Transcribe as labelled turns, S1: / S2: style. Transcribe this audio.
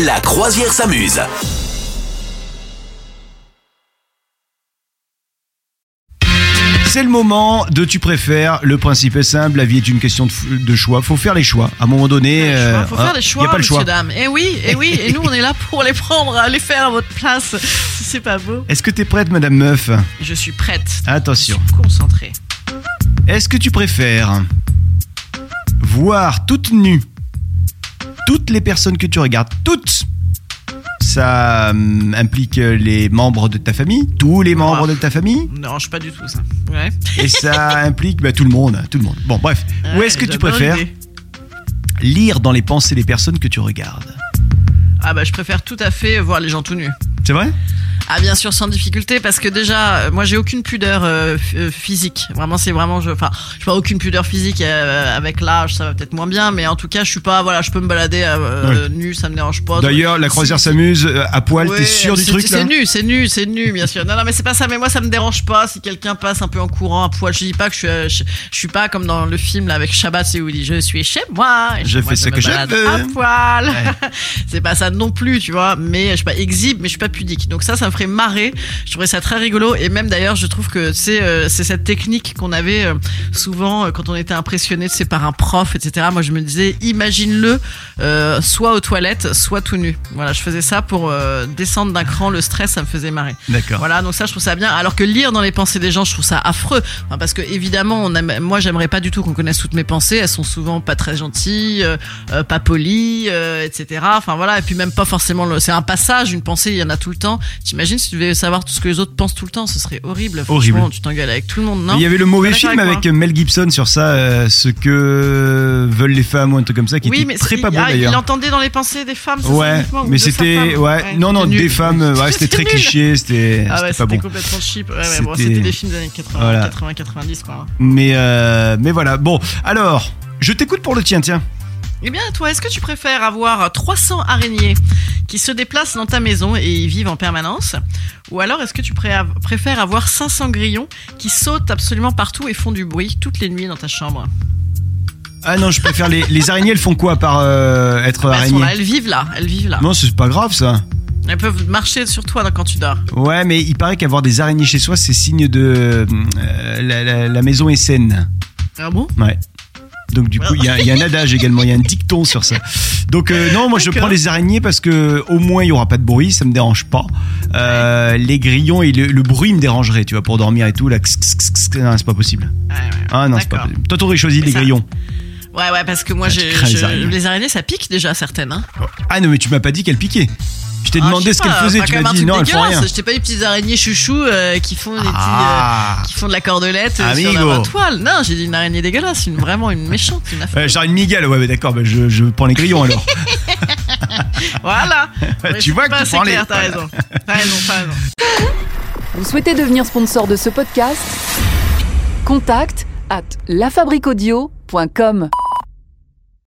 S1: La croisière s'amuse.
S2: C'est le moment de tu préfères. Le principe est simple, la vie est une question de, f- de choix. Faut faire les choix. À un moment donné,
S3: Il
S2: euh,
S3: faut
S2: hein,
S3: faire des choix,
S2: y a pas le
S3: monsieur,
S2: choix.
S3: dame. Et oui, et oui, et nous on est là pour les prendre, à les faire à votre place. Si c'est pas beau,
S2: Est-ce que t'es prête, Madame Meuf
S3: je suis prête. Je
S2: Attention.
S3: suis concentrée.
S2: Est-ce que tu préfères voir toute nue toutes les personnes que tu regardes, toutes Ça hum, implique les membres de ta famille, tous les membres
S3: Ouah.
S2: de ta famille,
S3: On ne dérange pas du tout ça. Ouais.
S2: et ça implique bah, tout le monde, tout le monde. Bon, bref. Ou
S3: Ouais,
S2: est-ce que tu
S3: j'adore
S2: préfères
S3: l'idée.
S2: lire dans les pensées des personnes que tu regardes
S3: Ah bah je préfère tout à fait voir les gens tout nus.
S2: C'est vrai
S3: Ah bien sûr sans difficulté parce que déjà euh, moi j'ai aucune pudeur euh, f- euh, physique. Vraiment c'est vraiment je enfin je pas aucune pudeur physique euh, avec l'âge ça va peut-être moins bien mais en tout cas je suis pas voilà je peux me balader euh, nu ça me dérange pas.
S2: D'ailleurs, la croisière s'amuse euh, à poil,
S3: Ouais,
S2: t'es sûr du
S3: c'est-
S2: truc là
S3: C'est nu, c'est nu, c'est nu, bien sûr. Non, non, mais c'est pas ça. Mais moi, ça me dérange pas si quelqu'un passe un peu en courant à poil. Je dis pas que je suis, euh, je, je suis pas comme dans le film là, avec Shabbat et Woody. Je suis chez moi. et
S2: Je
S3: chez
S2: fais
S3: moi,
S2: ce
S3: me
S2: que je
S3: balade
S2: veux.
S3: À poil.
S2: Ouais.
S3: c'est pas ça non plus, tu vois. Mais je suis pas exhibe, mais je suis pas pudique. Donc ça, ça me ferait marrer. Je trouverais ça très rigolo. Et même d'ailleurs, je trouve que c'est euh, c'est cette technique qu'on avait euh, souvent euh, quand on était impressionné, c'est par un prof, etc. Moi, je me disais, imagine-le, euh, soit aux toilettes, soit tout nu. Voilà, je faisais ça pour euh, descendre d'un cran le stress, ça me faisait marrer.
S2: D'accord.
S3: Voilà, donc ça, je trouve ça bien. Alors que lire dans les pensées des gens, je trouve ça affreux. Enfin, parce que évidemment, on aime- moi, j'aimerais pas du tout qu'on connaisse toutes mes pensées. Elles sont souvent pas très gentilles, euh, euh, pas polies, euh, etc. Enfin voilà, et puis même pas forcément. Le... C'est un passage, une pensée, il y en a tout le temps. T'imagines si tu devais savoir tout ce que les autres pensent tout le temps, ce serait horrible.
S2: Horrible.
S3: Franchement, Tu t'engueules avec tout le monde, non
S2: Il y avait le mauvais
S3: Je suis
S2: film
S3: d'accord avec
S2: avec euh, Mel Gibson sur ça, euh, ce que veulent les femmes ou un truc comme ça, qui
S3: Oui,
S2: était
S3: mais
S2: très
S3: c'est-
S2: pas
S3: il-
S2: bon
S3: ah, Il
S2: d'ailleurs.
S3: entendait dans les pensées des femmes. c'est ça,
S2: Ouais,
S3: uniquement, ou
S2: mais
S3: de sa
S2: c'était
S3: femme.
S2: ouais, non non
S3: c'était
S2: des
S3: nul.
S2: femmes, euh, ouais, c'était très
S3: nul.
S2: cliché, c'était
S3: Ah ouais,
S2: c'était pas
S3: c'était
S2: bon.
S3: complètement cheap. Ouais, ouais, bon,
S2: C'était-
S3: c'était des films des années 80,
S2: Voilà.
S3: 80 90 quoi. hein.
S2: Mais euh, mais voilà. Bon, alors, je t'écoute pour le tien, tiens.
S3: Eh bien, toi, est-ce que tu préfères avoir 300 araignées qui se déplacent dans ta maison et y vivent en permanence Ou alors, est-ce que tu pré- préfères avoir 500 grillons qui sautent absolument partout et font du bruit toutes les nuits dans ta chambre
S2: Ah non, je préfère les les araignées, elles font quoi par euh, être
S3: Bah, Elles sont
S2: araignées
S3: là, elles vivent là, elles vivent là.
S2: Non, c'est pas grave ça.
S3: Elles peuvent marcher sur toi quand tu dors.
S2: Ouais, mais il paraît qu'avoir des araignées chez soi, c'est signe de euh, la, la- la maison est saine.
S3: Ah bon
S2: Ouais. Donc du coup, il y, a- il y a un adage également, il y a un dicton sur ça. Donc euh, non, moi je
S3: D'accord.
S2: prends les araignées parce que au moins il y aura pas de bruit, ça me dérange pas. Euh, Les grillons et le, le bruit me dérangerait, tu vois, pour dormir et tout. Là, xx, xx, xx, non, c'est pas possible.
S3: Ouais, ouais, ouais.
S2: Ah non, c'est pas
S3: D'accord.
S2: possible. Toi, t'aurais choisi
S3: Mais
S2: les
S3: ça-
S2: grillons.
S3: Ouais, ouais, parce que moi,
S2: Ah, tu
S3: j'ai-
S2: crains les
S3: je-
S2: araignées.
S3: les araignées, ça pique déjà certaines. Hein.
S2: Ah non, mais tu m'as pas dit qu'elles piquaient. Je t'ai
S3: Ah,
S2: demandé
S3: je
S2: ce
S3: sais
S2: qu'elles
S3: pas,
S2: faisaient.
S3: pas
S2: Tu
S3: quand même
S2: m'as
S3: un
S2: dit
S3: truc
S2: non, elles font rien.
S3: dégueulasse. Je t'ai pas eu petites araignées chouchou euh, qui font des petits. euh,
S2: Ah. oh.
S3: qui font de la cordelette euh, sur
S2: Amigo.
S3: la toile. Non, j'ai dit une araignée dégueulasse, une, vraiment une méchante, une affreuse.
S2: Euh, genre une migale, ouais, mais d'accord, bah, je, je prends les grillons alors.
S3: Voilà.
S2: Tu
S3: Ouais, c'est
S2: vois que
S3: pas
S2: tu
S3: assez
S2: prends les-
S3: clair, T'as raison. T'as raison, t'as raison.
S4: Vous souhaitez devenir sponsor de ce podcast Contact à lafabriquaudio.com.